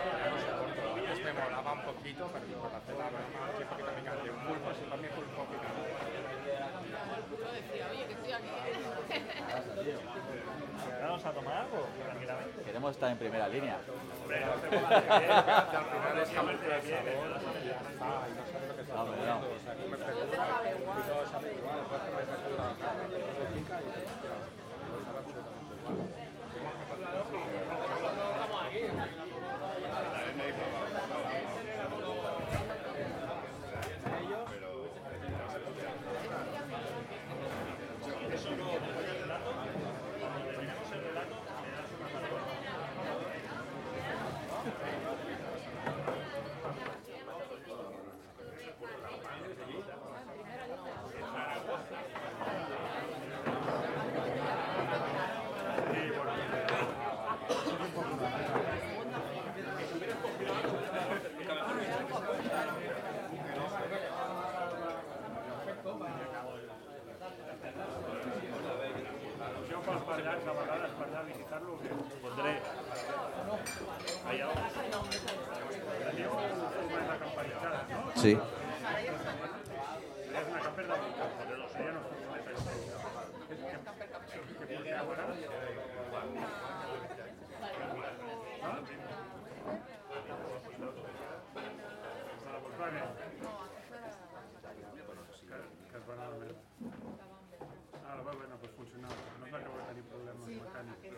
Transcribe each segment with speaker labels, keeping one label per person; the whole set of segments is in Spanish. Speaker 1: Me molaba un poquito, pero por la cena, más que poquito picante. Un pulpo, sí, para mí pulpo
Speaker 2: Yo decía, oye, que estoy aquí.
Speaker 3: Vamos a tomar algo, tranquilamente.
Speaker 4: Queremos estar en primera línea.
Speaker 3: Hombre, no hacemos nada que ver.
Speaker 1: picante. Al final es jamón
Speaker 3: Siempre te viene, ¿no?
Speaker 4: No, hombre, no.
Speaker 3: Yo para espaldar, trabajar, espaldar, visitarlo, que pondré allá abajo. Ya digo, una de las campanizadas, ¿no?
Speaker 4: Sí.
Speaker 3: Es una camper de la- de los serenos, de pensar. Que podría volar. Para Volkswagen. Que- que es banal, ¿verdad? Ah, va, bueno, pues funcionaba. No me acabo de tener problemas mecánicos. Es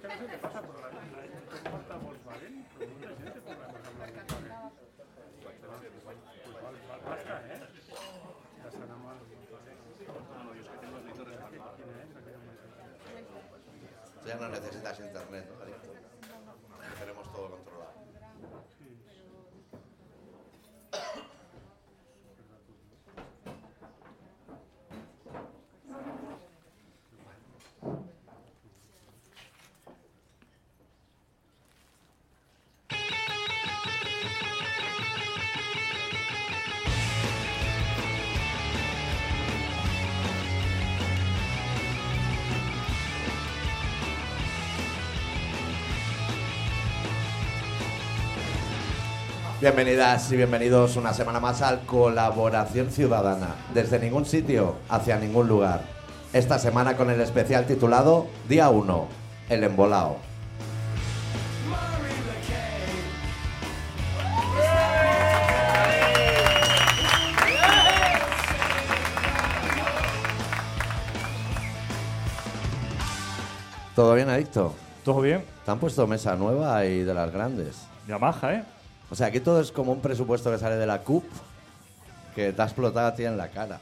Speaker 3: que no sé qué pasa por la la gente que porta Volkswagen, pero mucha gente problemas con la Volkswagen. Pues vale, vale, basta, ¿eh? Ya sanamos al- ¿Quién es? Aquella mujer.
Speaker 5: Tú ya no necesitas internet, ¿no? Adicto. Lo Tenemos todo controlado. Bienvenidas y bienvenidos una semana más al Colaboración Ciudadana. Desde ningún sitio, hacia ningún lugar. Esta semana con el especial titulado Día 1, El Embolao. ¿Todo bien, Adicto?
Speaker 6: Todo bien.
Speaker 5: Te han puesto mesa nueva y de las grandes.
Speaker 6: Yamaha, ¿eh?
Speaker 5: O sea, aquí todo es como un presupuesto que sale de la CUP que te ha explotado a ti en la cara.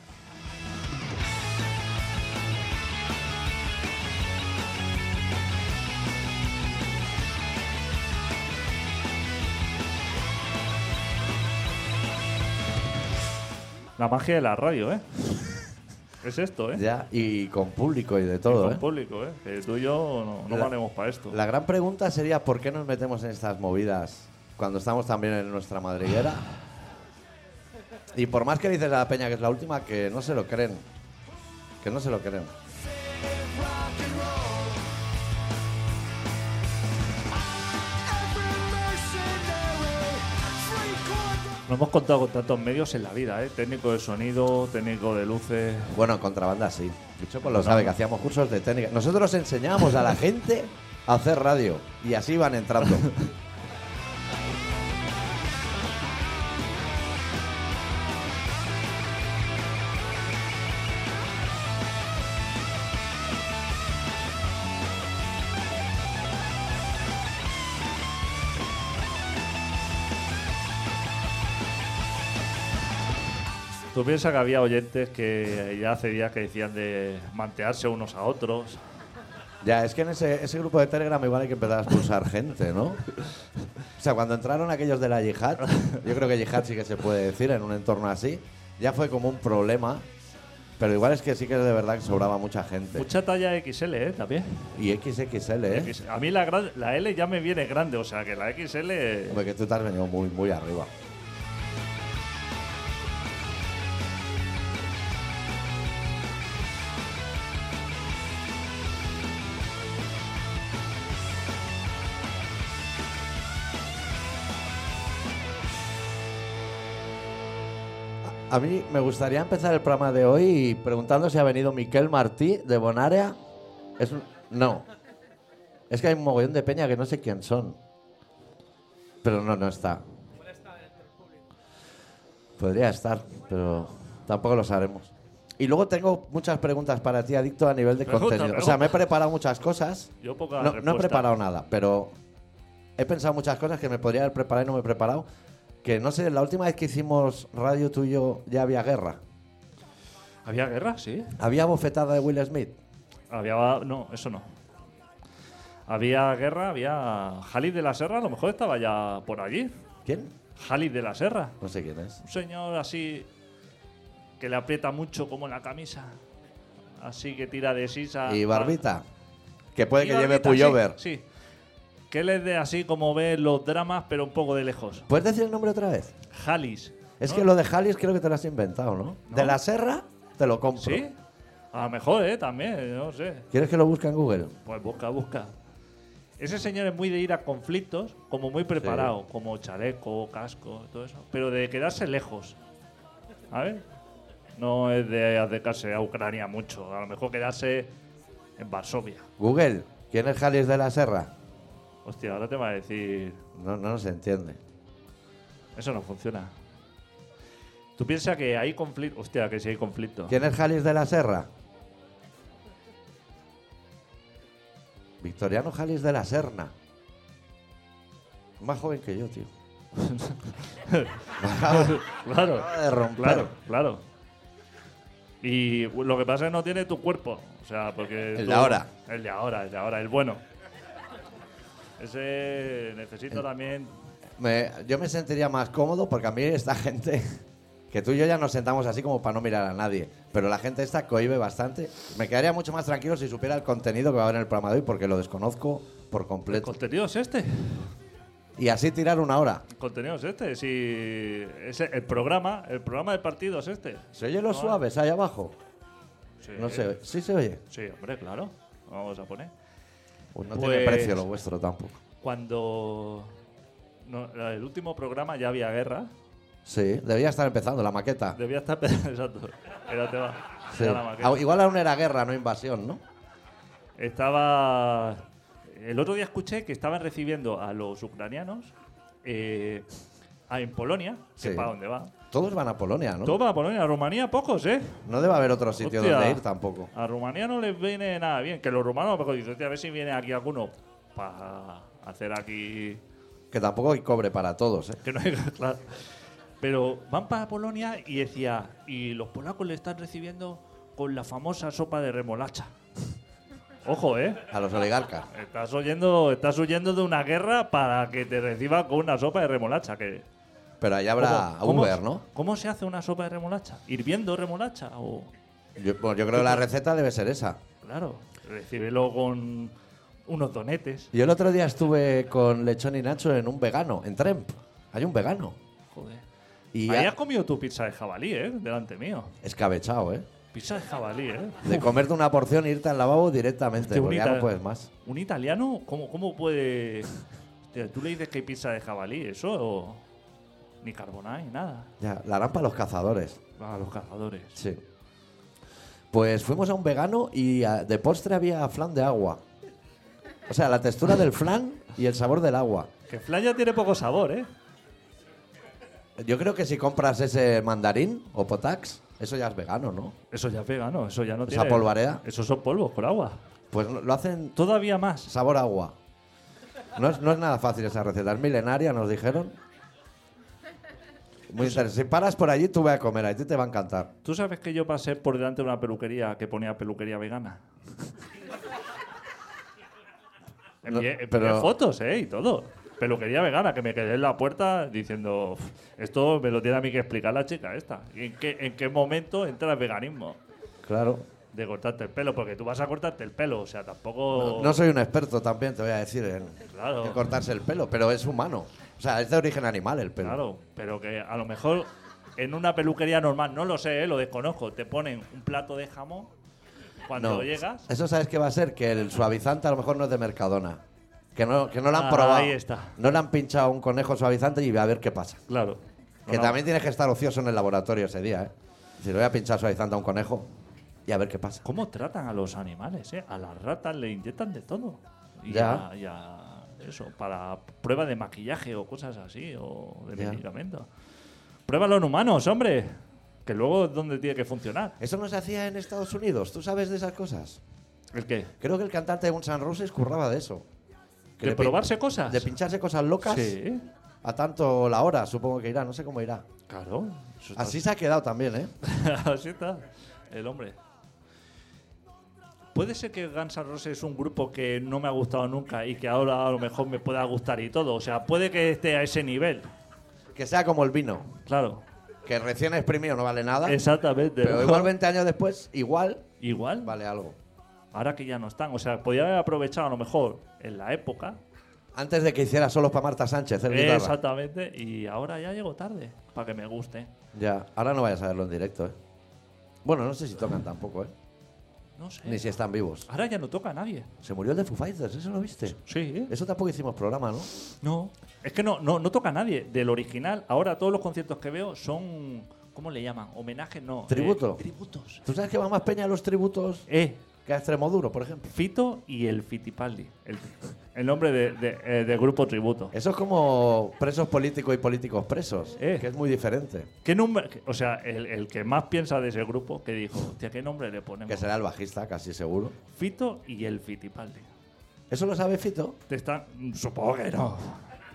Speaker 6: La magia de la radio, ¿eh? es esto, ¿eh?
Speaker 5: Ya, y con público y de
Speaker 6: Y
Speaker 5: todo,
Speaker 6: con
Speaker 5: ¿eh?
Speaker 6: público, ¿eh? Que tú y yo no, no
Speaker 5: La-
Speaker 6: valemos para esto.
Speaker 5: La gran pregunta sería por qué nos metemos en estas movidas cuando estamos también en nuestra madriguera. Y por más que dices a la peña que es la última, que no se lo creen. Que no se lo creen.
Speaker 6: Nos hemos contado con tantos medios en la vida, ¿eh? Técnico de sonido, técnico de luces.
Speaker 5: Bueno, en contrabanda sí. Mucho pues lo sabe, que hacíamos cursos de técnica. Nosotros enseñábamos a la gente a hacer radio y así van entrando.
Speaker 6: Tú piensas que había oyentes que ya hace días que decían de mantearse unos a otros.
Speaker 5: Ya, es que en ese, ese grupo de Telegram igual hay que empezar a expulsar gente, ¿no? O sea, cuando entraron aquellos de la yihad, yo creo que yihad sí que se puede decir en un entorno así, ya fue como un problema, pero igual es que sí que de verdad que sobraba mucha gente.
Speaker 6: Mucha talla XL, ¿eh? También.
Speaker 5: Y XXL, ¿eh?
Speaker 6: A mí la, gran- la L ya me viene grande, o sea que la XL.
Speaker 5: este Hombre, que tú te has venido muy, muy arriba. A mí me gustaría empezar el programa de hoy preguntando si ha venido Miquel Martí de Bonaria. Es un- No. Es que hay un mogollón de peña que no sé quién son. Pero no, no está. Podría estar, pero tampoco lo sabremos. Y luego tengo muchas preguntas para ti, Adicto, a nivel de
Speaker 6: Pregunta,
Speaker 5: contenido. O sea,
Speaker 6: pregunta.
Speaker 5: me he preparado muchas cosas.
Speaker 6: Yo poca
Speaker 5: No, no he
Speaker 6: respuesta.
Speaker 5: preparado nada, pero he pensado muchas cosas que me podría haber preparado y no me he preparado. Que no sé, la última vez que hicimos radio tuyo ya había guerra.
Speaker 6: ¿Había guerra? Sí.
Speaker 5: Había bofetada de Will Smith.
Speaker 6: Había. No, eso no. Había guerra, había. Jalid de la Serra, a lo mejor estaba ya por allí.
Speaker 5: ¿Quién?
Speaker 6: Jalid de la Serra.
Speaker 5: No sé quién es.
Speaker 6: Un señor así. que le aprieta mucho como en la camisa. Así que tira de sisa.
Speaker 5: Y Barbita. Que puede
Speaker 6: Ah, Y
Speaker 5: que lleve
Speaker 6: Barbita,
Speaker 5: pullover.
Speaker 6: Sí. sí. Que él es de así como ve los dramas, pero un poco de lejos.
Speaker 5: ¿Puedes decir el nombre otra vez?
Speaker 6: Jalis.
Speaker 5: Es
Speaker 6: ¿no?
Speaker 5: que lo de Hallis creo que te lo has inventado, ¿no? De la Serra te lo compro.
Speaker 6: ¿Sí? A lo mejor, ¿eh? También, no sé.
Speaker 5: ¿Quieres que lo busque en Google?
Speaker 6: Pues busca, busca. Ese señor es muy de ir a conflictos, como muy preparado, como chaleco, casco, todo eso, pero de quedarse lejos. A ver, no es de acercarse a Ucrania mucho, a lo mejor quedarse en Varsovia.
Speaker 5: Google, ¿quién es Hallis de la Serra?
Speaker 6: Hostia, ahora te va a decir,
Speaker 5: No, no se entiende.
Speaker 6: eso no funciona. Tú piensas que hay conflicto, hostia, que sí hay conflicto.
Speaker 5: ¿Quién es Jalis de la Serra? Victoriano Jalis de la Serna. Más joven que yo, tío. Me acaba-
Speaker 6: Claro,
Speaker 5: Acaba de romper.
Speaker 6: claro, claro. Y lo que pasa es que no tiene tu cuerpo. O sea, porque.
Speaker 5: El
Speaker 6: tú-
Speaker 5: de ahora.
Speaker 6: El de ahora, el de ahora, el bueno. Ese necesito también.
Speaker 5: me- yo me sentiría más cómodo porque a mí esta gente, que tú y yo ya nos sentamos así como para no mirar a nadie, pero la gente esta cohibe bastante. Me quedaría mucho más tranquilo si supiera el contenido que va a haber en el programa de hoy porque lo desconozco por
Speaker 6: El
Speaker 5: completo.
Speaker 6: contenido es este.
Speaker 5: Y así tirar una hora.
Speaker 6: El contenido es este. Si ese- el programa, el programa del partido es este.
Speaker 5: ¿Se oye los suaves ahí abajo?
Speaker 6: Sí.
Speaker 5: No sé, ¿sí se oye?
Speaker 6: Sí, hombre, claro. Lo Vamos a poner.
Speaker 5: Pues no
Speaker 6: Pues-
Speaker 5: tiene precio lo vuestro tampoco.
Speaker 6: Cuando. no, el último programa ya había guerra.
Speaker 5: Sí, debía estar empezando la maqueta.
Speaker 6: Debía estar. Exacto. Era tema.
Speaker 5: Sí.
Speaker 6: Era la maqueta.
Speaker 5: Ah, Igual aún era guerra, no invasión, ¿no?
Speaker 6: Estaba. El otro día escuché que estaban recibiendo a los ucranianos eh, a- en Polonia, que
Speaker 5: Sí.
Speaker 6: para dónde va.
Speaker 5: Todos van a Polonia, ¿no?
Speaker 6: Toma, Polonia, a Rumanía pocos, ¿eh?
Speaker 5: No debe haber otro sitio
Speaker 6: Hostia.
Speaker 5: donde ir tampoco.
Speaker 6: A Rumanía no les viene nada bien. Que los rumanos, pero dicen, "Hostia, a ver si viene aquí alguno para hacer aquí.
Speaker 5: Que tampoco hay cobre para todos, ¿eh?
Speaker 6: Que no hay- claro. Pero van para Polonia y decía, y los polacos le están recibiendo con la famosa sopa de remolacha. Ojo, ¿eh?
Speaker 5: A los oligarcas.
Speaker 6: Estás huyendo, estás huyendo de una guerra para que te reciba con una sopa de remolacha. Que,
Speaker 5: Pero ahí habrá
Speaker 6: ¿Cómo-
Speaker 5: Uber,
Speaker 6: cómo-
Speaker 5: ¿no?
Speaker 6: ¿Cómo se hace una sopa de remolacha? ¿Hirviendo remolacha? O,
Speaker 5: Yo, bueno, yo creo que la receta debe ser esa.
Speaker 6: claro, recibelo con unos donetes.
Speaker 5: Yo el otro día estuve con Lechón y Nacho en un vegano, en Tremp. Hay un vegano.
Speaker 6: Joder.
Speaker 5: Y
Speaker 6: Ahí has
Speaker 5: ha-
Speaker 6: comido tu pizza de jabalí, ¿eh? Delante mío.
Speaker 5: escabechado, ¿eh?
Speaker 6: Pizza de jabalí, ¿eh?
Speaker 5: De comerte una porción e irte al lavabo directamente,
Speaker 6: Hostia, un
Speaker 5: porque ya no
Speaker 6: itali-
Speaker 5: puedes más.
Speaker 6: ¿Un italiano? ¿Cómo, cómo puede...? Hostia, ¿Tú le dices que hay pizza de jabalí? ¿Eso? o- Ni carbonara ni nada.
Speaker 5: Ya, la rampa los cazadores.
Speaker 6: A los cazadores.
Speaker 5: Sí. Pues fuimos a un vegano y a- de postre había flan de agua. O sea, la textura del flan y el sabor del agua.
Speaker 6: Que Flaya tiene poco sabor, ¿eh?
Speaker 5: Yo creo que si compras ese mandarín o potax, eso ya es vegano, ¿no?
Speaker 6: Eso ya pega, ¿no? Eso ya no
Speaker 5: Esa
Speaker 6: tiene.
Speaker 5: polvareda.
Speaker 6: Esos son polvos con agua.
Speaker 5: Pues lo lo hacen
Speaker 6: Todavía más.
Speaker 5: sabor agua. No es, no es nada fácil esa receta, es milenaria, nos dijeron. Muy interesante. Si paras por allí, tú ve a comer, a ti te va a encantar.
Speaker 6: ¿Tú sabes que yo pasé por delante de una peluquería que ponía peluquería vegana?
Speaker 5: No,
Speaker 6: envié, envié
Speaker 5: pero-
Speaker 6: fotos, ¿eh? Y todo. Peluquería vegana, que me quedé en la puerta diciendo, "Uf, esto me lo tiene a mí que explicar la chica esta. ¿Y ¿En qué, en qué momento entra el veganismo?
Speaker 5: Claro.
Speaker 6: De cortarte el pelo, porque tú vas a cortarte el pelo, o sea, tampoco...
Speaker 5: No soy un experto también, te voy a decir, en,
Speaker 6: Claro.
Speaker 5: en cortarse el pelo, pero es humano. O sea, es de origen animal el pelo.
Speaker 6: Claro, pero que a lo mejor en una peluquería normal, no lo sé, ¿eh? lo desconozco, te ponen un plato de jamón cuando
Speaker 5: No.
Speaker 6: llegas.
Speaker 5: Eso sabes que va a ser que el suavizante a lo mejor no es de Mercadona. Que no, que no lo han
Speaker 6: Ah,
Speaker 5: probado.
Speaker 6: ahí está.
Speaker 5: No le han pinchado un conejo suavizante y va a ver qué pasa.
Speaker 6: Claro.
Speaker 5: Que
Speaker 6: no.
Speaker 5: también tienes que estar ocioso en el laboratorio ese día, ¿eh? Si le voy a pinchar suavizante a un conejo y a ver qué pasa.
Speaker 6: ¿Cómo tratan a los animales? eh? A las ratas le inyectan de todo. Y
Speaker 5: Ya.
Speaker 6: A, y a eso, para prueba de maquillaje o cosas así, o de
Speaker 5: Ya.
Speaker 6: medicamentos. Pruébalo en humanos, hombre. Que luego es donde tiene que funcionar.
Speaker 5: Eso no se hacía en Estados Unidos. ¿Tú sabes de esas cosas?
Speaker 6: ¿El qué?
Speaker 5: Creo que el cantante de un San Roses curraba de eso. Que
Speaker 6: ¿De
Speaker 5: le pin-
Speaker 6: probarse cosas?
Speaker 5: De pincharse cosas locas
Speaker 6: Sí,
Speaker 5: a tanto la hora, supongo que irá. No sé cómo irá.
Speaker 6: claro. Eso está-
Speaker 5: Así se ha quedado también, ¿eh?
Speaker 6: Así está el hombre. Puede ser que Guns N' Roses es un grupo que no me ha gustado nunca y que ahora a lo mejor me pueda gustar y todo. O sea, puede que esté a ese nivel.
Speaker 5: Que sea como el vino.
Speaker 6: Claro.
Speaker 5: Que recién exprimido no vale nada.
Speaker 6: Exactamente.
Speaker 5: Pero igual 20 años después, igual
Speaker 6: Igual,
Speaker 5: vale algo.
Speaker 6: Ahora que ya no están. O sea, podía haber aprovechado a lo mejor en la época.
Speaker 5: Antes de que hiciera solos para Marta Sánchez, ¿eh? el guitarra.
Speaker 6: Exactamente. Y ahora ya llego tarde. Para que me guste.
Speaker 5: Ya, ahora no vayas a verlo en directo, ¿eh? Bueno, no sé si tocan tampoco, ¿eh?
Speaker 6: No sé.
Speaker 5: Ni si están vivos.
Speaker 6: Ahora ya no toca a nadie.
Speaker 5: Se murió el de Foo Fighters, ¿eso lo viste?
Speaker 6: Sí.
Speaker 5: Eso tampoco hicimos programa, ¿no?
Speaker 6: No. Es que no, no, no toca a nadie del original. Ahora todos los conciertos que veo son. ¿Cómo le llaman? Homenaje, no.
Speaker 5: Tributo.
Speaker 6: Eh, tributos.
Speaker 5: ¿Tú sabes que va más peña a los tributos
Speaker 6: Eh,
Speaker 5: que a Extremoduro, por ejemplo?
Speaker 6: Fito y el Fitipaldi. El, el nombre de- de- eh, del grupo Tributo.
Speaker 5: Eso es como presos políticos y políticos presos,
Speaker 6: Eh.
Speaker 5: que es muy diferente.
Speaker 6: ¿Qué nombre? O sea, el, el que más piensa de ese grupo que dijo, hostia, ¿qué nombre le ponemos?
Speaker 5: Que será el bajista, casi seguro.
Speaker 6: Fito y el Fitipaldi.
Speaker 5: ¿Eso lo sabe Fito?
Speaker 6: Te están. Supongo que no.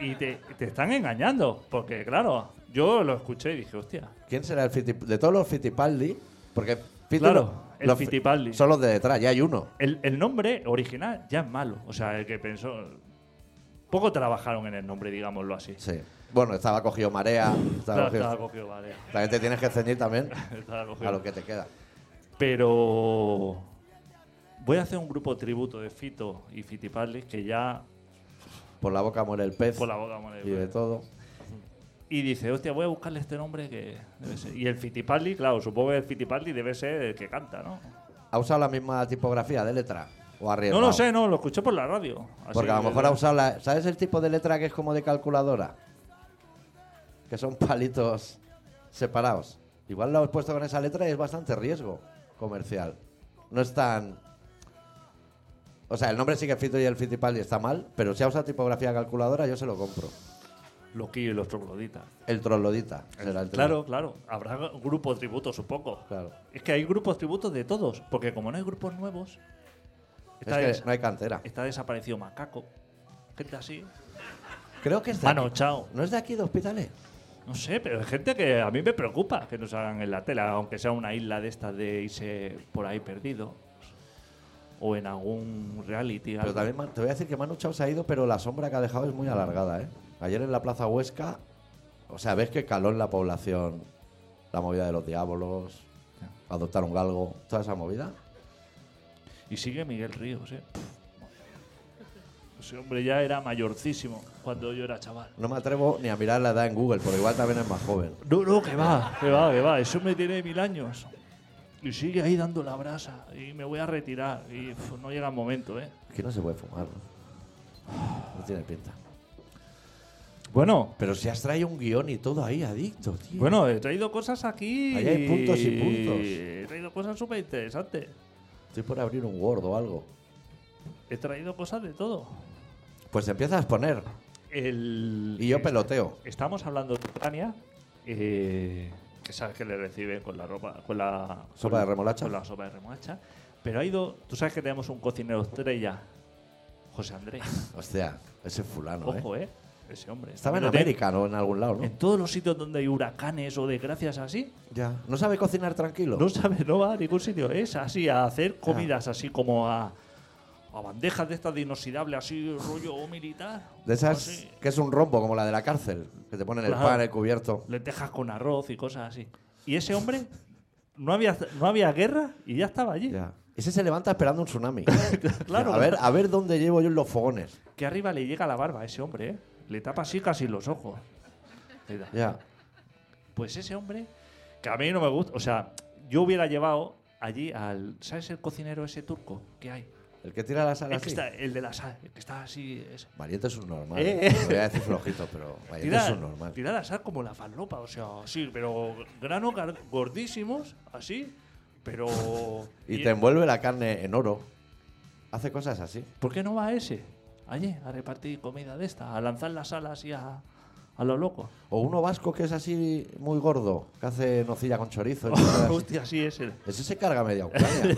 Speaker 6: Y te, te están engañando. Porque, claro, yo lo escuché y dije, hostia.
Speaker 5: ¿Quién será el Fitip- De todos los Fitipaldi, porque Fito
Speaker 6: Claro,
Speaker 5: no-
Speaker 6: el
Speaker 5: los fi-
Speaker 6: Fittipaldi.
Speaker 5: Son los de detrás, ya hay uno.
Speaker 6: El, el nombre original ya es malo. O sea, el que pensó. Poco trabajaron en el nombre, digámoslo así.
Speaker 5: Sí. Bueno, estaba cogido marea. Estaba
Speaker 6: Estaba,
Speaker 5: cogido-
Speaker 6: estaba cogido, vale.
Speaker 5: También te tienes que ceñir también
Speaker 6: Estaba cogido.
Speaker 5: a lo que te queda.
Speaker 6: Pero. Voy a hacer un grupo tributo de Fito y Fitipaldi que ya
Speaker 5: Por la boca muere el pez
Speaker 6: por la boca muere.
Speaker 5: y de todo.
Speaker 6: Y dice, hostia, voy a buscarle este nombre que debe ser. Y el Fitipaldi, claro, supongo que el Fitipaldi debe ser el que canta, ¿no?
Speaker 5: ¿Ha usado la misma tipografía de letra? ¿O
Speaker 6: No
Speaker 5: arriesgado?
Speaker 6: lo sé, no, lo escuché por la radio. Así
Speaker 5: Porque a lo
Speaker 6: que-
Speaker 5: mejor ha usado la... ¿Sabes el tipo de letra que es como de calculadora? Que son palitos separados. Igual lo has puesto con esa letra y es bastante riesgo comercial. No es tan... O sea, el nombre sí que Fito y el Fittipaldi está mal, pero si ha usado tipografía calculadora yo se lo compro.
Speaker 6: Loquillo y los trogloditas.
Speaker 5: El troslodita será el tema.
Speaker 6: Claro, claro. Habrá grupo tributo, supongo.
Speaker 5: Claro.
Speaker 6: Es que hay grupos tributos de todos, porque como no hay grupos nuevos,
Speaker 5: Es
Speaker 6: está,
Speaker 5: que
Speaker 6: des-
Speaker 5: no hay cantera.
Speaker 6: está desaparecido Macaco. Gente así.
Speaker 5: Creo que es de
Speaker 6: Mano,
Speaker 5: aquí.
Speaker 6: chao.
Speaker 5: ¿No es de aquí de Hospitalet?
Speaker 6: No sé, pero hay gente que a mí me preocupa que nos hagan en la tela, aunque sea una isla de estas de irse por ahí perdido. O en algún reality.
Speaker 5: Pero
Speaker 6: algo.
Speaker 5: también Man- te voy a decir que Manu Chao se ha ido, pero la sombra que ha dejado es muy alargada, ¿eh? Ayer en la Plaza Huesca, o sea, ves que caló en la población la movida de los diablos, adoptar un galgo, toda esa movida.
Speaker 6: Y sigue Miguel Ríos, ¿eh? Pff, madre mía. Ese hombre ya era mayorcísimo cuando yo era chaval.
Speaker 5: No me atrevo ni a mirar la edad en Google, porque igual también es más joven.
Speaker 6: No, no, que va, que va, que va. Ese hombre tiene mil años. Y sigue ahí dando la brasa. Y me voy a retirar. Y pff, no llega el momento, ¿eh?
Speaker 5: Aquí no se puede fumar, ¿no? No tiene pinta.
Speaker 6: Bueno,
Speaker 5: Pero si has traído un guión y todo ahí, adicto, tío.
Speaker 6: Bueno, he traído cosas aquí.
Speaker 5: Ahí hay puntos y puntos.
Speaker 6: He traído cosas súper interesantes.
Speaker 5: Estoy por abrir un Word o algo.
Speaker 6: He traído cosas de todo.
Speaker 5: Pues empiezas a exponer.
Speaker 6: El,
Speaker 5: Y yo peloteo.
Speaker 6: Estamos hablando de Ucrania. eh, que sabes que le reciben con la ropa. Con la.
Speaker 5: ¿Sopa de
Speaker 6: con-
Speaker 5: remolacha?
Speaker 6: Con la sopa de remolacha. Pero ha ido. Tú sabes que tenemos un cocinero estrella. José Andrés.
Speaker 5: Hostia, ese fulano, ¿eh?
Speaker 6: Ojo, ¿eh? Ese hombre.
Speaker 5: Estaba en
Speaker 6: Lo tiene-
Speaker 5: América, ¿no? En algún lado, ¿no?
Speaker 6: En todos los sitios donde hay huracanes o desgracias así,
Speaker 5: Ya. ¿No sabe cocinar tranquilo?
Speaker 6: No sabe, no va a ningún sitio. Es así, a hacer comidas así como a, a bandejas de estas de inoxidable, así rollo militar.
Speaker 5: De esas
Speaker 6: Así.
Speaker 5: que es un rombo, como la de la cárcel, que te ponen el
Speaker 6: Ah, Claro.
Speaker 5: pan, el cubierto.
Speaker 6: Lentejas con arroz y cosas así. Y ese hombre, no había, no había guerra y ya estaba allí.
Speaker 5: Ya. Ese se levanta esperando un tsunami.
Speaker 6: Claro.
Speaker 5: a, ver, a ver dónde llevo yo en los fogones.
Speaker 6: Que arriba le llega la barba a ese hombre, ¿eh? Le tapa así casi los ojos. Le da-
Speaker 5: Ya.
Speaker 6: Pues ese hombre, que a mí no me gusta, o sea, yo hubiera llevado allí al. ¿Sabes el cocinero ese turco que hay?
Speaker 5: El que tira la sal
Speaker 6: El, que
Speaker 5: así.
Speaker 6: está, el de la sal, el que está así. ese.
Speaker 5: Valiente es un normal.
Speaker 6: Eh, eh.
Speaker 5: Voy a decir flojito, pero valiente
Speaker 6: Tira,
Speaker 5: es un normal.
Speaker 6: tira la sal como la farlopa, o sea, sí, pero grano gar- gordísimos, así, pero.
Speaker 5: Y te envuelve la carne en oro. Hace cosas así.
Speaker 6: ¿Por qué no va ese? Allí, a repartir comida de esta, a lanzar las alas y a, a lo loco.
Speaker 5: O uno vasco que es así muy gordo, que hace nocilla con chorizo. y cosas así.
Speaker 6: Hostia, sí, ese.
Speaker 5: Ese se carga media Ucrania.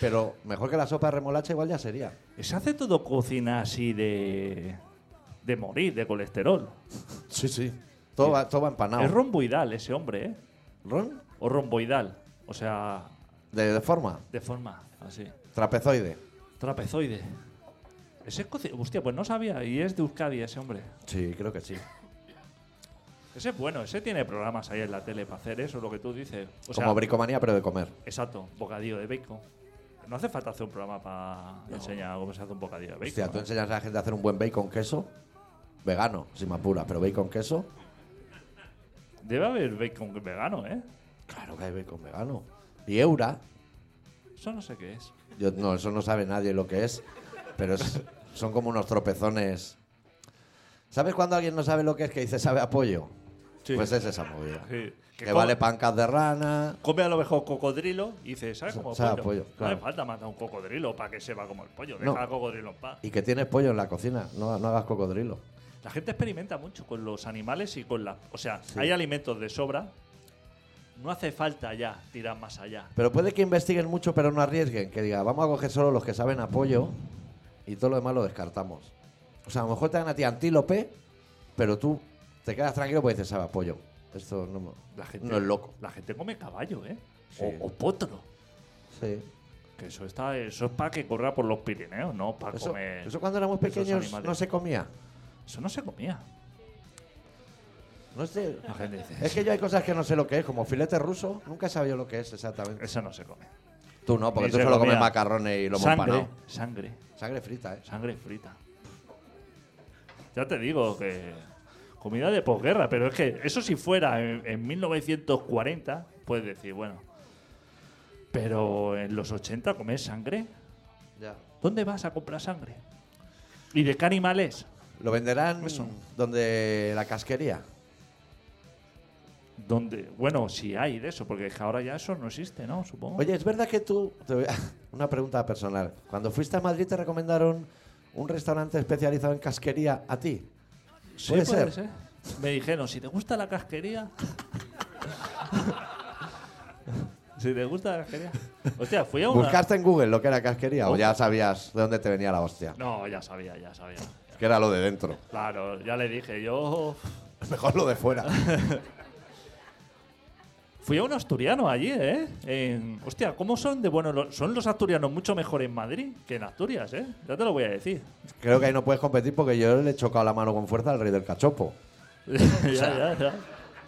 Speaker 5: Pero mejor que la sopa de remolacha igual ya sería.
Speaker 6: Se hace todo cocina así de. de morir, de colesterol.
Speaker 5: Sí, sí. Todo va, todo va empanado.
Speaker 6: Es romboidal ese hombre, ¿eh?
Speaker 5: ¿Ron?
Speaker 6: O romboidal. O sea,
Speaker 5: De, de forma.
Speaker 6: de forma así.
Speaker 5: Trapezoide.
Speaker 6: Trapezoide. Ese es coci- Hostia, pues no sabía. Y es de Euskadi ese hombre.
Speaker 5: Sí, creo que sí.
Speaker 6: Ese es bueno, ese tiene programas ahí en la tele para hacer eso, lo que tú dices. O sea,
Speaker 5: Como bricomanía, pero de comer.
Speaker 6: Exacto, bocadillo de bacon. No hace falta hacer un programa para enseñar cómo se hace un bocadillo de bacon.
Speaker 5: Hostia, tú
Speaker 6: ¿eh?
Speaker 5: enseñas a la gente a hacer un buen bacon queso. Vegano, si me apuras, pero bacon queso.
Speaker 6: Debe haber bacon vegano, ¿eh?
Speaker 5: Claro que hay bacon vegano. Y Eura.
Speaker 6: Eso no sé qué es.
Speaker 5: Yo, no, eso no sabe nadie lo que es. Pero es- son como unos tropezones. ¿Sabes cuando alguien no sabe lo que es que dice sabe apoyo?
Speaker 6: Sí.
Speaker 5: Pues es esa movida.
Speaker 6: Que
Speaker 5: Que,
Speaker 6: co-
Speaker 5: vale pancas de rana.
Speaker 6: Come a lo mejor cocodrilo y dice, ¿sabes cómo
Speaker 5: Sabe
Speaker 6: pollo?
Speaker 5: a pollo,
Speaker 6: No
Speaker 5: claro.
Speaker 6: hace falta matar un cocodrilo para que se va como el pollo. Deja
Speaker 5: No.
Speaker 6: al cocodrilo en paz.
Speaker 5: Y que tienes pollo en la cocina. No, no hagas cocodrilo.
Speaker 6: La gente experimenta mucho con los animales y con la... O sea, hay alimentos de sobra. No hace falta ya tirar más allá.
Speaker 5: Pero puede que investiguen mucho, pero no arriesguen. Que diga, vamos a coger solo los que saben apoyo y todo lo demás lo descartamos. O sea, a lo mejor te dan a ti antílope, pero tú te quedas tranquilo porque dices, sabe apoyo. Esto no, me-
Speaker 6: La gente,
Speaker 5: no es loco.
Speaker 6: La gente come caballo, ¿eh?
Speaker 5: Sí.
Speaker 6: O, o potro.
Speaker 5: Sí.
Speaker 6: Que eso, está, eso es para que corra por los Pirineos, no para
Speaker 5: Eso,
Speaker 6: comer.
Speaker 5: eso cuando éramos
Speaker 6: esos
Speaker 5: pequeños
Speaker 6: animales.
Speaker 5: no se comía.
Speaker 6: Eso no se comía.
Speaker 5: No sé.
Speaker 6: La gente dice,
Speaker 5: Es que yo hay cosas que no sé lo que es, como filete ruso, nunca he sabido lo que es exactamente.
Speaker 6: eso no se come.
Speaker 5: Tú no, porque
Speaker 6: Ni
Speaker 5: tú
Speaker 6: se
Speaker 5: solo
Speaker 6: comía.
Speaker 5: comes macarrones y lomo
Speaker 6: Sangre,
Speaker 5: empanado.
Speaker 6: sangre,
Speaker 5: Sangre frita, ¿eh?
Speaker 6: sangre frita. Ya te digo que comida de posguerra, pero es que eso si fuera en, en 1940, puedes decir, bueno. Pero en los 80 comer sangre,
Speaker 5: Ya.
Speaker 6: ¿dónde vas a comprar sangre? ¿Y de qué animales?
Speaker 5: Lo venderán
Speaker 6: Eso.
Speaker 5: donde la casquería.
Speaker 6: ¿Dónde? Bueno, si hay de eso, porque es que ahora ya eso no existe, ¿no? Supongo.
Speaker 5: Oye, ¿es verdad que tú... te voy a- Una pregunta personal. Cuando fuiste a Madrid te recomendaron un restaurante especializado en casquería a ti.
Speaker 6: Sí,
Speaker 5: ¿Puede ser?
Speaker 6: Me dijeron, si te gusta la casquería. si te gusta la casquería. Hostia, fui a una.
Speaker 5: ¿Buscaste en Google lo que era casquería o
Speaker 6: Ojo.
Speaker 5: ya sabías de dónde te venía la hostia?
Speaker 6: No, ya sabía, ya sabía.
Speaker 5: Que era lo de dentro.
Speaker 6: Claro, ya le dije, yo.
Speaker 5: Mejor lo de fuera.
Speaker 6: Fui a un asturiano allí, ¿eh? En- Hostia, ¿cómo son de bueno? los- Son los asturianos mucho mejor en Madrid que en Asturias, ¿eh? Ya te lo voy a decir.
Speaker 5: Creo que ahí no puedes competir porque yo le he chocado la mano con fuerza al rey del cachopo.
Speaker 6: ya, ya, ya.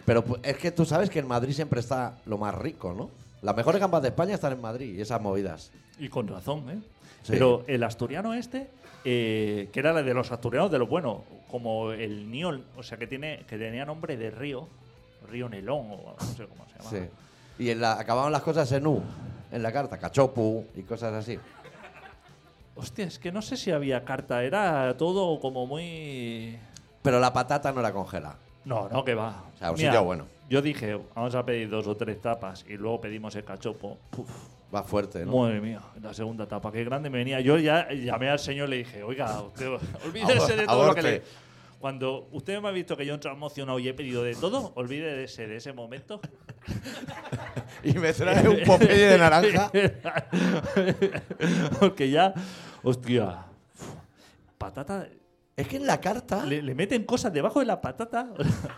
Speaker 5: Pero pu- es que tú sabes que en Madrid siempre está lo más rico, ¿no? Las mejores gambas de España están en Madrid y esas movidas.
Speaker 6: Y con razón, ¿eh?
Speaker 5: Sí.
Speaker 6: Pero el asturiano este, eh, que era de los asturianos de los buenos, como el Niol, o sea, que, tiene, que tenía nombre de río, río Nelón, o no sé cómo se llama.
Speaker 5: Sí. Y en la- acababan las cosas en U, en la carta, cachopu y cosas así.
Speaker 6: Hostia, es que no sé si había carta, era todo como muy...
Speaker 5: Pero la patata no la congela.
Speaker 6: No, no, que va.
Speaker 5: O sea, un sitio bueno.
Speaker 6: Yo dije, vamos a pedir dos o tres tapas y luego pedimos el cachopo. Puf,
Speaker 5: Va fuerte, ¿no?
Speaker 6: Madre mía, la segunda tapa, qué grande me venía. Yo ya llamé al señor y le dije, oiga, usted, olvídese de todo lo que le.
Speaker 5: Aborte.
Speaker 6: Cuando usted me ha visto que yo he entrado emocionado y he pedido de todo, olvídese de ese momento.
Speaker 5: Y me trae un popeye de naranja.
Speaker 6: Porque ya, hostia, patata.
Speaker 5: Es que en la carta le,
Speaker 6: Le, le meten cosas debajo de la patata.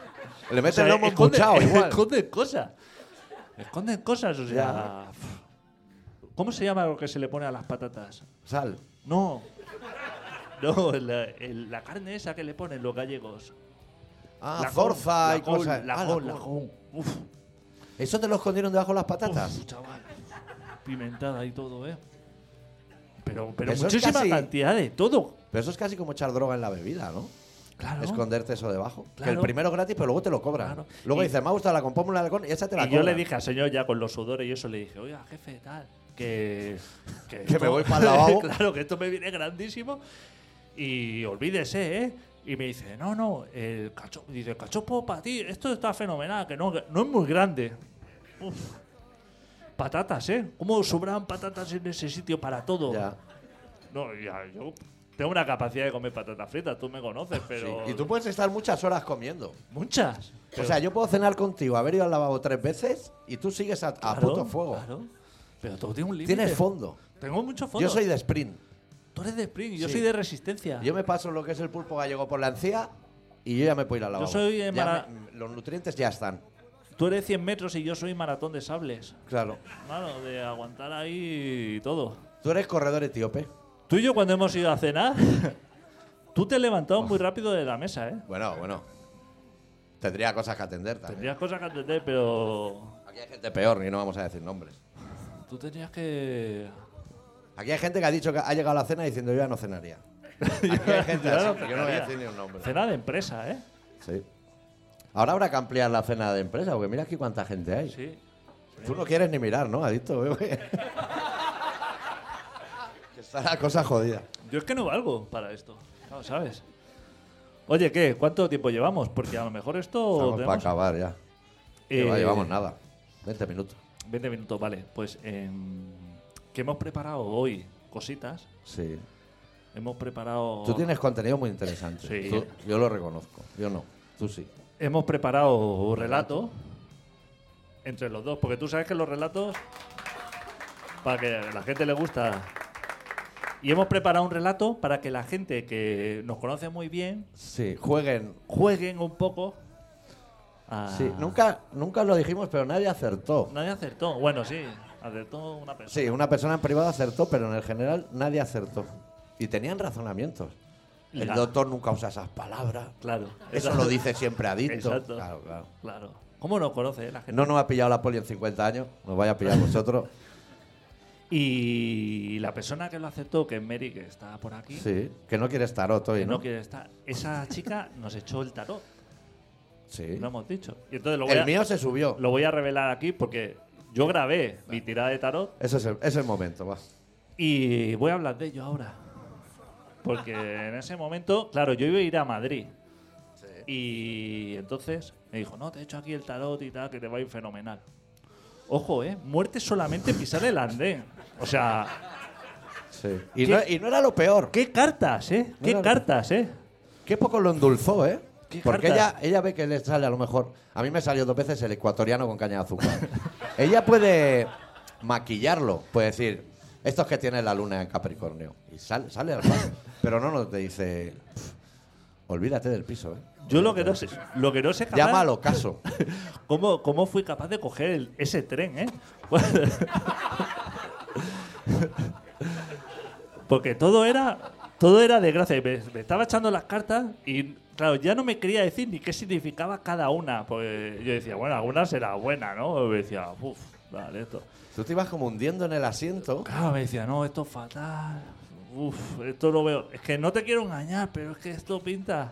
Speaker 5: meten
Speaker 6: O sea,
Speaker 5: lomo
Speaker 6: esconden-
Speaker 5: embuchado igual.
Speaker 6: Esconden cosas. Esconden cosas, o sea. pf. ¿Cómo se llama lo que se le pone a las patatas?
Speaker 5: Sal.
Speaker 6: No. No, la, el- la carne esa que le ponen los gallegos.
Speaker 5: Ah,
Speaker 6: la
Speaker 5: forza y
Speaker 6: col, la col,
Speaker 5: cosas.
Speaker 6: La
Speaker 5: Ah, la
Speaker 6: col, la
Speaker 5: col.
Speaker 6: col. Uf,
Speaker 5: ¿Eso te lo escondieron debajo de las patatas?
Speaker 6: uf, chaval. Pimentada y todo, ¿eh? Pero, pero
Speaker 5: Eso es
Speaker 6: muchísima
Speaker 5: casi-
Speaker 6: cantidad de todo.
Speaker 5: Pero eso es casi como echar droga en la bebida, ¿no?
Speaker 6: Claro.
Speaker 5: Esconderte eso debajo. Que
Speaker 6: Claro.
Speaker 5: el primero es gratis, pero luego te lo cobran.
Speaker 6: Claro.
Speaker 5: Luego
Speaker 6: Y-
Speaker 5: dices, me ha gustado la compómula de halcón y esa te la
Speaker 6: y yo le
Speaker 5: cobran.
Speaker 6: dije al señor ya con los sudores y eso le dije, oiga, jefe, tal, que. Que,
Speaker 5: me voy pa'l lavabo.
Speaker 6: claro, que esto me viene grandísimo. Y olvídese, ¿eh? Y me dice, no, no, el cachopo. Dice, cachopo para ti, esto está fenomenal, que no, que no es muy grande. Uf. Patatas, ¿eh? ¿Cómo sobraban patatas en ese sitio para todo?
Speaker 5: Ya.
Speaker 6: No, ya, yo tengo una capacidad de comer patatas fritas, tú me conoces, pero.
Speaker 5: Sí, Y tú puedes estar muchas horas comiendo.
Speaker 6: Muchas.
Speaker 5: O
Speaker 6: Pero-
Speaker 5: sea, yo puedo cenar contigo, haber ido al lavabo tres veces y tú sigues a, a
Speaker 6: Claro,
Speaker 5: puto fuego.
Speaker 6: claro. Pero todo tiene un límite.
Speaker 5: Tienes fondo.
Speaker 6: Tengo mucho fondo.
Speaker 5: Yo soy de sprint.
Speaker 6: Tú eres de Spring, yo
Speaker 5: Sí.
Speaker 6: soy de Resistencia.
Speaker 5: Yo me paso lo que es el pulpo gallego por la encía y yo ya me puedo ir al lavabo.
Speaker 6: soy
Speaker 5: Ya
Speaker 6: de Mara-
Speaker 5: me- Los nutrientes ya están.
Speaker 6: Tú eres 100 metros y yo soy maratón de sables.
Speaker 5: Claro.
Speaker 6: Claro, de aguantar ahí y todo.
Speaker 5: Tú eres corredor etíope.
Speaker 6: Tú y yo cuando hemos ido a cenar, tú te levantabas muy rápido de la mesa, ¿eh?
Speaker 5: Bueno, bueno. Tendría cosas que atender también.
Speaker 6: Tendrías cosas que atender, pero
Speaker 5: Aquí hay gente peor y no vamos a decir nombres.
Speaker 6: tú tenías que...
Speaker 5: Aquí hay gente que ha dicho que ha llegado a la cena diciendo yo ya no cenaría. Aquí hay gente
Speaker 6: Claro,
Speaker 5: así, pero yo no voy a
Speaker 6: cenaría.
Speaker 5: decir ni un nombre.
Speaker 6: Cena de empresa, ¿eh?
Speaker 5: Sí. Ahora habrá que ampliar la cena de empresa, porque mira aquí cuánta gente hay.
Speaker 6: Sí.
Speaker 5: Tú no quieres ni mirar, ¿no, adicto? Veo que que está la cosa jodida.
Speaker 6: Yo es que no valgo para esto, claro, ¿sabes? Oye, ¿qué? ¿Cuánto tiempo llevamos? Porque a lo mejor esto...
Speaker 5: Estamos para acabar ya. Que no
Speaker 6: eh,
Speaker 5: llevamos nada. 20 minutos.
Speaker 6: 20 minutos, vale. Pues em, que hemos preparado hoy cositas.
Speaker 5: Sí.
Speaker 6: Hemos preparado.
Speaker 5: Tú tienes contenido muy interesante.
Speaker 6: Oh. Sí.
Speaker 5: Tú- yo lo reconozco. Yo no. Tú sí.
Speaker 6: Hemos preparado un relato entre los dos, porque tú sabes que los relatos para que a la gente le gusta. Y hemos preparado un relato para que la gente que nos conoce muy bien
Speaker 5: Sí. Jueguen.
Speaker 6: jueguen un poco. a-
Speaker 5: Sí. Nunca, nunca lo dijimos, pero nadie acertó.
Speaker 6: Nadie acertó. Bueno, sí, acertó una persona.
Speaker 5: Sí, una persona en privado acertó, pero en el general nadie acertó. Y tenían razonamientos. El
Speaker 6: Ya.
Speaker 5: doctor nunca usa esas palabras.
Speaker 6: Claro.
Speaker 5: Eso lo dice siempre adicto.
Speaker 6: Exacto.
Speaker 5: Claro, claro.
Speaker 6: Claro. ¿Cómo nos conoce eh, la gente?
Speaker 5: No nos ha pillado la poli en 50 años, nos vaya a pillar vosotros.
Speaker 6: Y la persona que lo aceptó, que es Mary, que está por aquí,
Speaker 5: Sí, que no quieres tarot hoy,
Speaker 6: que
Speaker 5: ¿no?
Speaker 6: no quiere estar, esa chica nos echó el tarot,
Speaker 5: Sí.
Speaker 6: lo hemos dicho. Y entonces lo voy,
Speaker 5: El
Speaker 6: a,
Speaker 5: mío se subió.
Speaker 6: lo voy a revelar aquí porque yo grabé mi tirada de tarot
Speaker 5: Eso es el, es el momento, va.
Speaker 6: y voy a hablar de ello ahora. Porque en ese momento, claro, yo iba a ir a Madrid. Y entonces me dijo, no, te he hecho aquí el tarot y tal, que te va a ir fenomenal. Ojo, ¿eh? Muerte solamente pisar el andén. O sea,
Speaker 5: Sí. Y,
Speaker 6: ¿Qué?
Speaker 5: no, y no era lo peor.
Speaker 6: Qué cartas, ¿eh?
Speaker 5: No,
Speaker 6: Qué
Speaker 5: no, no.
Speaker 6: cartas, ¿eh?
Speaker 5: Qué poco lo endulzó, ¿eh?
Speaker 6: ¿Qué
Speaker 5: Porque ella,
Speaker 6: cartas?
Speaker 5: ella ve que le sale a lo mejor. A mí me salió dos veces el ecuatoriano con caña de azúcar. ella puede maquillarlo, puede decir, estos que tiene la luna en Capricornio. Y sale, sale al paso. Pero no, no te dice, "Pff, olvídate del piso, ¿eh?
Speaker 6: Yo lo que no sé, lo que no sé capaz,
Speaker 5: Llama al ocaso.
Speaker 6: ¿cómo, cómo fui capaz de coger el- ese tren, eh? Porque todo era, todo era desgracia. Y Me, me estaba echando las cartas y, claro, ya no me quería decir ni qué significaba cada una. Pues yo decía, bueno, alguna será buena, ¿no? Y me decía, uff, vale, esto.
Speaker 5: Tú te ibas como hundiendo en el asiento.
Speaker 6: Claro, me decía, no, esto es fatal. Uf, esto lo veo. Es que no te quiero engañar, pero es que esto pinta.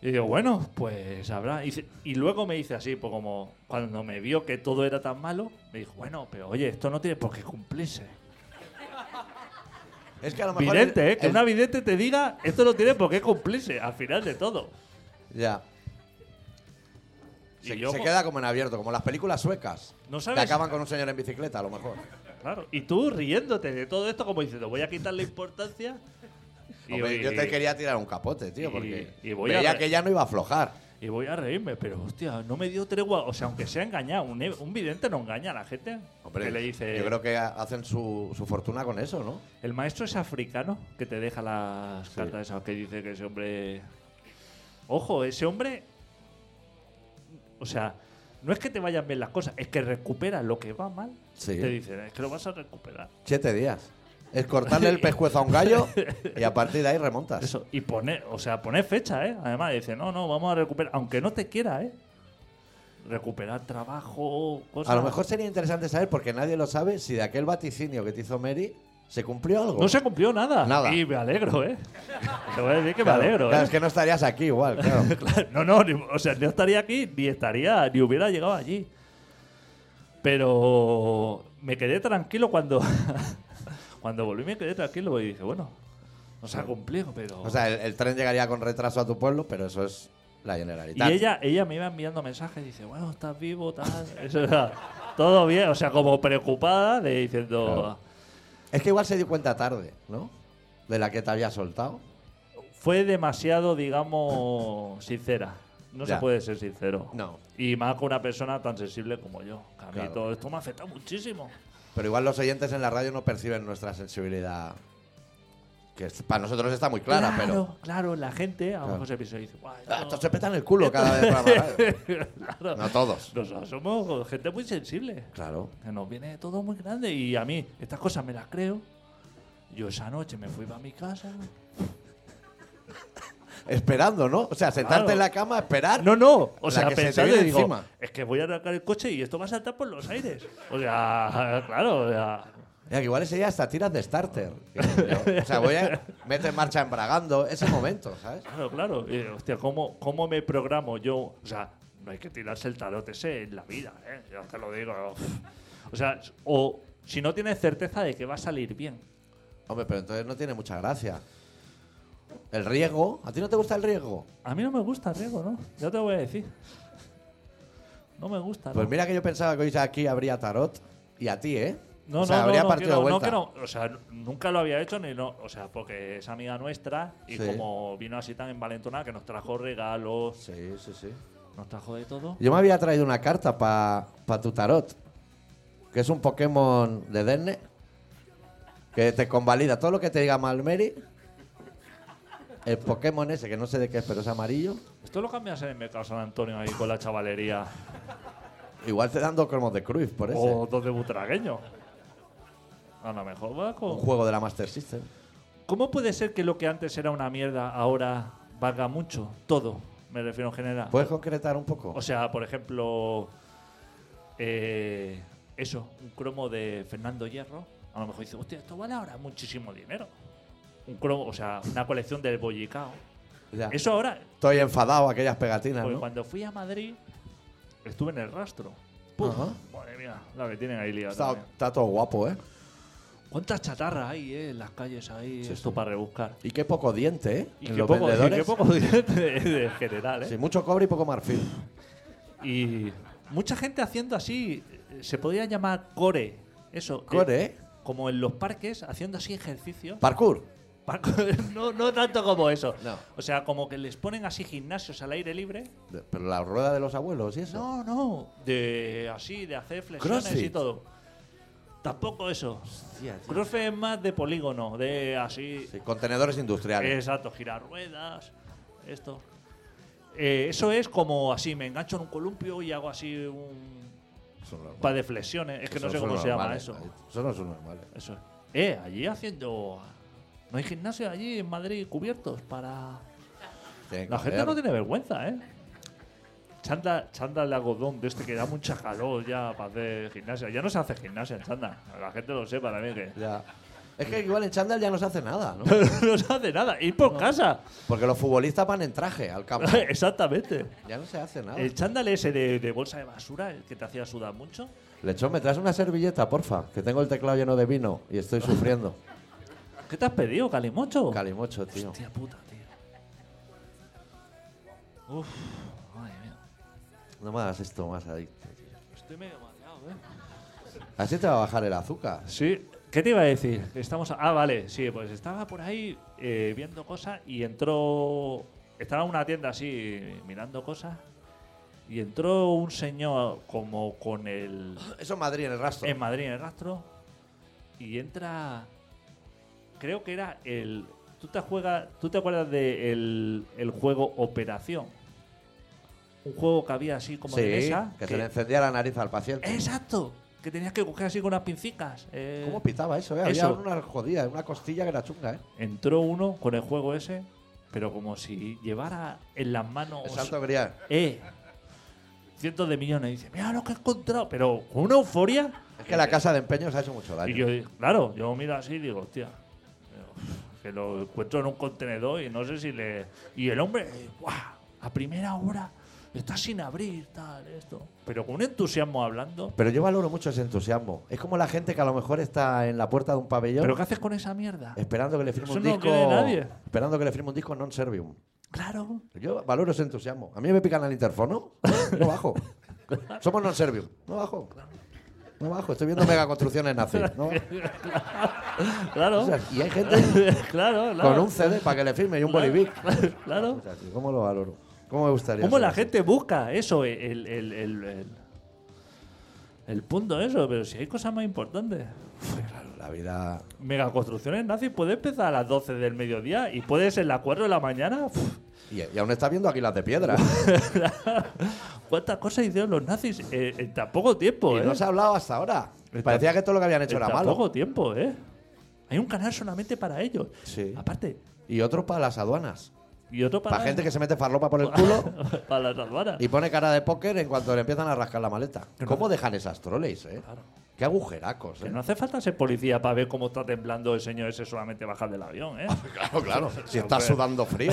Speaker 6: Y digo, bueno, pues habrá. Y, dice- y luego me dice así, pues como cuando me vio que todo era tan malo, me dijo, bueno, pero oye, esto no tiene por qué cumplirse.
Speaker 5: Es que a lo mejor.
Speaker 6: Vidente, ¿eh? Que
Speaker 5: el-
Speaker 6: una vidente te diga, esto no tiene por qué cumplirse, al final de todo.
Speaker 5: Ya.
Speaker 6: Y
Speaker 5: Se,
Speaker 6: yo,
Speaker 5: se
Speaker 6: jo-
Speaker 5: queda como en abierto, como las películas suecas.
Speaker 6: No
Speaker 5: Que
Speaker 6: sabes-
Speaker 5: acaban con un señor en bicicleta, a lo mejor.
Speaker 6: Claro. Y tú riéndote de todo esto, como diciendo, voy a quitarle importancia. Y-
Speaker 5: Hombre, yo
Speaker 6: y-
Speaker 5: te quería tirar un capote, tío,
Speaker 6: y-
Speaker 5: porque
Speaker 6: y voy a
Speaker 5: veía
Speaker 6: re-
Speaker 5: que ya no iba a aflojar.
Speaker 6: Y voy a reírme, pero hostia, no me dio tregua. O sea, aunque sea engañado, un, e-, un vidente no engaña a la gente.
Speaker 5: Hombre,
Speaker 6: que le dice,
Speaker 5: yo creo que ha- hacen su, su fortuna con eso, ¿no?
Speaker 6: el maestro es africano que te deja las cartas esas, que dice que ese hombre... Ojo, ese hombre... O sea, no es que te vayan bien las cosas, es que recupera lo que va mal.
Speaker 5: Sí.
Speaker 6: Te dicen, es que lo vas a recuperar.
Speaker 5: Siete días. Es cortarle el pescuezo a un gallo y a partir de ahí remontas.
Speaker 6: Eso, y poner, o sea, poner fecha, ¿eh? Además, dice, no, no, vamos a recuperar, aunque no te quiera, ¿eh? Recuperar trabajo, cosas.
Speaker 5: A lo mejor sería interesante saber, porque nadie lo sabe, si de aquel vaticinio que te hizo Mary se cumplió algo.
Speaker 6: No se cumplió nada.
Speaker 5: Nada.
Speaker 6: Y me alegro, ¿eh? Te voy a decir que
Speaker 5: Claro,
Speaker 6: me alegro,
Speaker 5: claro,
Speaker 6: ¿eh?
Speaker 5: es que no estarías aquí igual, claro.
Speaker 6: Claro, No, no, ni- o sea, no estaría aquí, ni estaría, ni hubiera llegado allí. Pero me quedé tranquilo cuando, cuando volví, me quedé tranquilo y dije, bueno, no se ha cumplido, pero...
Speaker 5: O sea, el, el tren llegaría con retraso a tu pueblo, pero eso es la
Speaker 6: y
Speaker 5: generalidad.
Speaker 6: ella, ella me iba enviando mensajes y dice, bueno, estás vivo, tal. Eso era todo bien, o sea, como preocupada, de diciendo...
Speaker 5: Claro. Es que igual se dio cuenta tarde, ¿no? De la que te había soltado.
Speaker 6: fue demasiado, digamos, sincera. No
Speaker 5: Ya.
Speaker 6: se puede ser sincero.
Speaker 5: No.
Speaker 6: Y más con una persona tan sensible como yo. Que a mí
Speaker 5: Claro.
Speaker 6: todo esto me afecta muchísimo.
Speaker 5: Pero igual los oyentes en la radio no perciben nuestra sensibilidad. Que es- para nosotros está muy clara, pero.
Speaker 6: claro, claro, la gente a lo
Speaker 5: Claro.
Speaker 6: mejor se piensa y dice, "Buah,
Speaker 5: Ah,
Speaker 6: esto-".
Speaker 5: Estos se petan el culo cada vez. más barato.
Speaker 6: Claro.
Speaker 5: No todos.
Speaker 6: Nosotros somos gente muy sensible.
Speaker 5: Claro.
Speaker 6: Que nos viene todo muy grande y a mí estas cosas me las creo. Yo esa noche me fui para mi casa.
Speaker 5: Esperando, ¿no? O sea, sentarte
Speaker 6: Claro.
Speaker 5: en la cama, esperar.
Speaker 6: No, no. O
Speaker 5: La
Speaker 6: sea,
Speaker 5: que se te
Speaker 6: pensando
Speaker 5: viene
Speaker 6: digo,
Speaker 5: encima.
Speaker 6: es que voy a arrancar el coche y esto va a saltar por los aires. O sea, claro, o sea,
Speaker 5: Mira, que igual ese día hasta tiras de starter. o sea, voy a meter en marcha embragando ese momento, ¿sabes?
Speaker 6: Claro, claro. Eh, hostia, ¿cómo, ¿cómo me programo yo? O sea, no hay que tirarse el tarot ese en la vida, ¿eh? Ya te lo digo. O sea, o si no tienes certeza de que va a salir bien.
Speaker 5: Hombre, pero entonces no tiene mucha gracia. El riesgo. ¿A ti no te gusta el riesgo?
Speaker 6: A mí no me gusta, Riego, ¿no? Ya te voy a decir. No me gusta. ¿no?
Speaker 5: Pues mira que yo pensaba que hoy aquí habría tarot. Y a ti, ¿eh?
Speaker 6: No,
Speaker 5: o sea,
Speaker 6: no, no,
Speaker 5: habría
Speaker 6: no,
Speaker 5: partido
Speaker 6: que no,
Speaker 5: de
Speaker 6: no,
Speaker 5: vuelta.
Speaker 6: que no. O sea, n- nunca lo había hecho ni no. O sea, porque es amiga nuestra y
Speaker 5: Sí.
Speaker 6: como vino así tan envalentonada que nos trajo regalos,
Speaker 5: Sí, sí, sí.
Speaker 6: nos trajo de todo.
Speaker 5: Yo me había traído una carta para tu tarot, que es un Pokémon de Denne, que te convalida todo lo que te diga Malmeri. El Pokémon ese, que no sé de qué es, pero es amarillo.
Speaker 6: Esto lo cambias en el mercado San Antonio ahí con la chavalería.
Speaker 5: Igual te dan dos cromos de Cruz por ese.
Speaker 6: O dos de butragueño. A lo mejor va
Speaker 5: Un
Speaker 6: con...
Speaker 5: juego de la Master System.
Speaker 6: ¿Cómo puede ser que lo que antes era una mierda ahora valga mucho? Todo, me refiero en general.
Speaker 5: ¿Puedes concretar un poco?
Speaker 6: O sea, por ejemplo, eh, eso, un cromo de Fernando Hierro. A lo mejor dice, hostia, esto vale ahora muchísimo dinero. Un cromo, o sea, una colección del Boyicao.
Speaker 5: Ya.
Speaker 6: Eso ahora,
Speaker 5: Estoy enfadado, aquellas pegatinas,
Speaker 6: porque
Speaker 5: ¿no?
Speaker 6: cuando fui a Madrid, estuve en el rastro. Puf,
Speaker 5: Ajá.
Speaker 6: Madre mía, la que tienen ahí liada.
Speaker 5: Está,
Speaker 6: también.
Speaker 5: está todo guapo, ¿eh?
Speaker 6: ¿Cuántas chatarras hay eh, en las calles ahí?
Speaker 5: Sí,
Speaker 6: esto
Speaker 5: sí.
Speaker 6: para rebuscar.
Speaker 5: Y qué poco diente, ¿eh?
Speaker 6: Y
Speaker 5: En
Speaker 6: qué
Speaker 5: los
Speaker 6: poco, y
Speaker 5: vendedores.
Speaker 6: qué poco de, de general, ¿eh?
Speaker 5: Sí, mucho cobre y poco marfil.
Speaker 6: Y mucha gente haciendo así, eh, se podría llamar core, eso.
Speaker 5: Core,
Speaker 6: eh, como en los parques, haciendo así ejercicio.
Speaker 5: Parkour.
Speaker 6: Parkour, no, no tanto como eso.
Speaker 5: No.
Speaker 6: O sea, como que les ponen así gimnasios al aire libre.
Speaker 5: De- Pero la rueda de los abuelos y eso.
Speaker 6: No, no. De así, de hacer flexiones y
Speaker 5: Crossfit.
Speaker 6: todo. Tampoco eso.
Speaker 5: Hostia, tío.
Speaker 6: Crossfit es más de polígono, de así.
Speaker 5: Sí, contenedores industriales.
Speaker 6: Exacto, girar ruedas, esto. Eh, eso es como así, me engancho en un columpio y hago así un
Speaker 5: Son normales.
Speaker 6: par de flexiones. Es ¿eh? que no
Speaker 5: Esos
Speaker 6: sé
Speaker 5: son
Speaker 6: cómo se llama
Speaker 5: normales. eh.
Speaker 6: eso.
Speaker 5: Eso no son normales.
Speaker 6: Eso es. Eh, allí haciendo... No hay gimnasio allí en Madrid cubiertos para...
Speaker 5: Tienen
Speaker 6: La
Speaker 5: que
Speaker 6: gente
Speaker 5: hacer.
Speaker 6: no tiene vergüenza, ¿eh? Chanda, chanda de algodón de este que da mucha calor ya para hacer gimnasia. Ya no se hace gimnasia en chanda. La gente lo sepa también que...
Speaker 5: Ya. Es que igual en chándal ya no se hace nada, ¿no?
Speaker 6: no se hace nada. Ir por casa.
Speaker 5: Porque los futbolistas van en traje al campo.
Speaker 6: Exactamente.
Speaker 5: Ya no se hace nada.
Speaker 6: El chándal ese de, de bolsa de basura, el que te hacía sudar mucho.
Speaker 5: Lechón, ¿me traes una servilleta, porfa? Que tengo el teclado lleno de vino y estoy sufriendo.
Speaker 6: ¿Qué te has pedido, Calimocho?
Speaker 5: Calimocho, tío.
Speaker 6: Hostia puta, tío. Uf, madre mía.
Speaker 5: No me hagas esto más adicto, tío.
Speaker 6: Estoy medio mareado, ¿eh?
Speaker 5: Así te va a bajar el azúcar.
Speaker 6: Sí. ¿Qué te iba a decir? Estamos a- Ah, vale, sí, pues estaba por ahí eh, viendo cosas y entró... Estaba en una tienda así, mirando cosas, y entró un señor como con el...
Speaker 5: Eso en Madrid, en el rastro.
Speaker 6: en Madrid en el rastro y entra creo que era el tú te juegas tú te acuerdas de el, el juego Operación un juego que había así como
Speaker 5: sí,
Speaker 6: de mesa
Speaker 5: que,
Speaker 6: que- ¡Eh,
Speaker 5: se le encendía la nariz al paciente.
Speaker 6: exacto que tenías que coger así con unas pincicas eh.
Speaker 5: ¿Cómo pitaba eso, eh? Había
Speaker 6: Eso.
Speaker 5: una jodida, una costilla que era chunga, eh.
Speaker 6: entró uno con el juego ese pero como si llevara en las manos
Speaker 5: El santo grial.
Speaker 6: eh, cientos de millones y dice mira lo que he encontrado pero con una euforia Eh,
Speaker 5: Es que la casa de empeños ha hecho mucho daño.
Speaker 6: Y yo, di- claro, yo miro así y digo, hostia, digo, que lo encuentro en un contenedor y no sé si le... Y el hombre, eh, ¡guau! A primera hora está sin abrir, tal, esto. Pero con un entusiasmo hablando.
Speaker 5: Pero yo valoro mucho ese entusiasmo. Es como la gente que a lo mejor está en la puerta de un pabellón
Speaker 6: ¿Pero qué haces con esa mierda?
Speaker 5: esperando que le firme
Speaker 6: Eso
Speaker 5: un
Speaker 6: no
Speaker 5: disco.
Speaker 6: quiere nadie.
Speaker 5: Esperando que le firme un disco non servium.
Speaker 6: Claro.
Speaker 5: Yo valoro ese entusiasmo. A mí me pican al interfono, no bajo. Somos non servium, no bajo. No bajo, estoy viendo megaconstrucciones nazis. ¿no?
Speaker 6: Claro.
Speaker 5: O sea, y hay gente
Speaker 6: claro, claro.
Speaker 5: con un CD para que le firme y un bolivic.
Speaker 6: claro.
Speaker 5: O sea, tío, ¿Cómo lo valoro? ¿Cómo me gustaría?
Speaker 6: ¿Cómo
Speaker 5: ser
Speaker 6: la
Speaker 5: así?
Speaker 6: gente busca eso? El, el, el, el, el punto eso, pero si hay cosas más importantes.
Speaker 5: Claro, la vida.
Speaker 6: Megaconstrucciones nazis puede empezar a las 12 del mediodía y puedes en las 4 de la mañana. Uf,
Speaker 5: Y, y aún está viendo aquí las de piedra.
Speaker 6: ¿Cuántas cosas hicieron los nazis eh, en tan poco tiempo?
Speaker 5: y
Speaker 6: eh?
Speaker 5: no se ha hablado hasta ahora. Parecía que todo lo que habían hecho
Speaker 6: en
Speaker 5: era
Speaker 6: tan
Speaker 5: malo.
Speaker 6: poco tiempo, ¿eh? Hay un canal solamente para ellos.
Speaker 5: Sí.
Speaker 6: Aparte.
Speaker 5: Y otro para las aduanas.
Speaker 6: Y otro para.
Speaker 5: Para gente que se mete farlopa por el culo
Speaker 6: para las aduanas.
Speaker 5: y pone cara de póker en cuanto le empiezan a rascar la maleta. ¿Cómo dejan esas troleys, eh?
Speaker 6: Claro.
Speaker 5: Qué agujeracos,
Speaker 6: Que
Speaker 5: eh.
Speaker 6: no hace falta ser policía para ver cómo está temblando el señor ese solamente bajar del avión, ¿eh?
Speaker 5: Claro, claro. Si está sudando frío.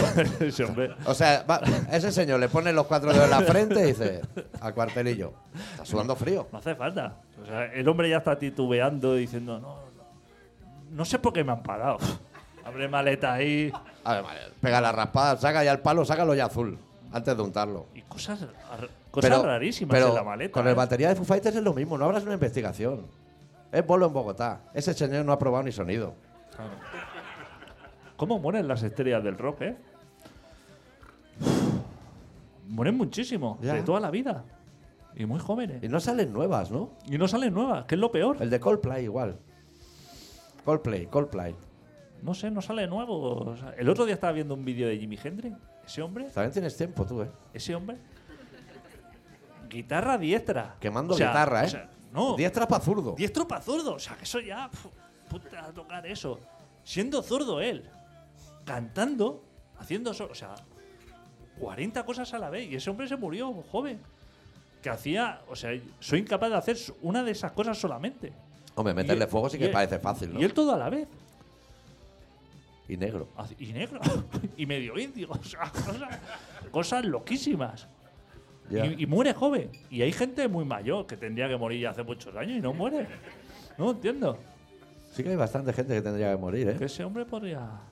Speaker 6: Sí, hombre.
Speaker 5: O sea, va- ese señor le pone los cuatro dedos en la frente y dice, al cuartelillo, está sudando frío.
Speaker 6: No hace falta. O sea, el hombre ya está titubeando diciendo, no, no, no sé por qué me han parado. Abre maleta ahí
Speaker 5: A ver, vale, pega la raspada, saca ya el palo, sácalo ya azul, antes de untarlo.
Speaker 6: y cosas, ar- cosas rarísimas
Speaker 5: pero
Speaker 6: en la maleta.
Speaker 5: Con el
Speaker 6: ¿eh?
Speaker 5: batería de Foo Fighters es lo mismo, no habrás una investigación. Es bolo en Bogotá. Ese señor no ha probado ni sonido.
Speaker 6: ¿Cómo mueren las estrellas del rock, eh? Mueren muchísimo,
Speaker 5: Ya.
Speaker 6: de toda la vida. Y muy
Speaker 5: Y
Speaker 6: jóvenes.
Speaker 5: no salen nuevas, ¿no?
Speaker 6: Y no salen nuevas, que es lo peor.
Speaker 5: El de Coldplay igual. Coldplay, Coldplay.
Speaker 6: No sé, no sale nuevo. O sea, el otro día estaba viendo un vídeo de Jimi Hendrix. Ese hombre,
Speaker 5: También tienes tiempo tú, ¿eh?
Speaker 6: ese hombre. Guitarra diestra.
Speaker 5: Quemando
Speaker 6: O sea,
Speaker 5: guitarra, ¿eh?
Speaker 6: o sea, no.
Speaker 5: Diestra pa' zurdo.
Speaker 6: Diestro para zurdo. O sea, que eso ya. fu- Puta, a tocar eso. Siendo zurdo él. Cantando. Haciendo eso. O sea, 40 cosas a la vez. Y ese hombre se murió joven. Que hacía. O sea, soy incapaz de hacer una de esas cosas solamente.
Speaker 5: Hombre, meterle
Speaker 6: Y-
Speaker 5: fuego sí
Speaker 6: y
Speaker 5: que
Speaker 6: él-
Speaker 5: parece fácil, ¿no?
Speaker 6: Y él todo a la vez.
Speaker 5: Y negro.
Speaker 6: Hace- Y negro. y medio indio. O sea, cosas, cosas loquísimas.
Speaker 5: Ya.
Speaker 6: Y, y muere joven. Y hay gente muy mayor que tendría que morir ya hace muchos años y no muere. No entiendo.
Speaker 5: Sí que hay bastante gente que tendría que morir,
Speaker 6: Que
Speaker 5: ¿eh?
Speaker 6: ese hombre podría.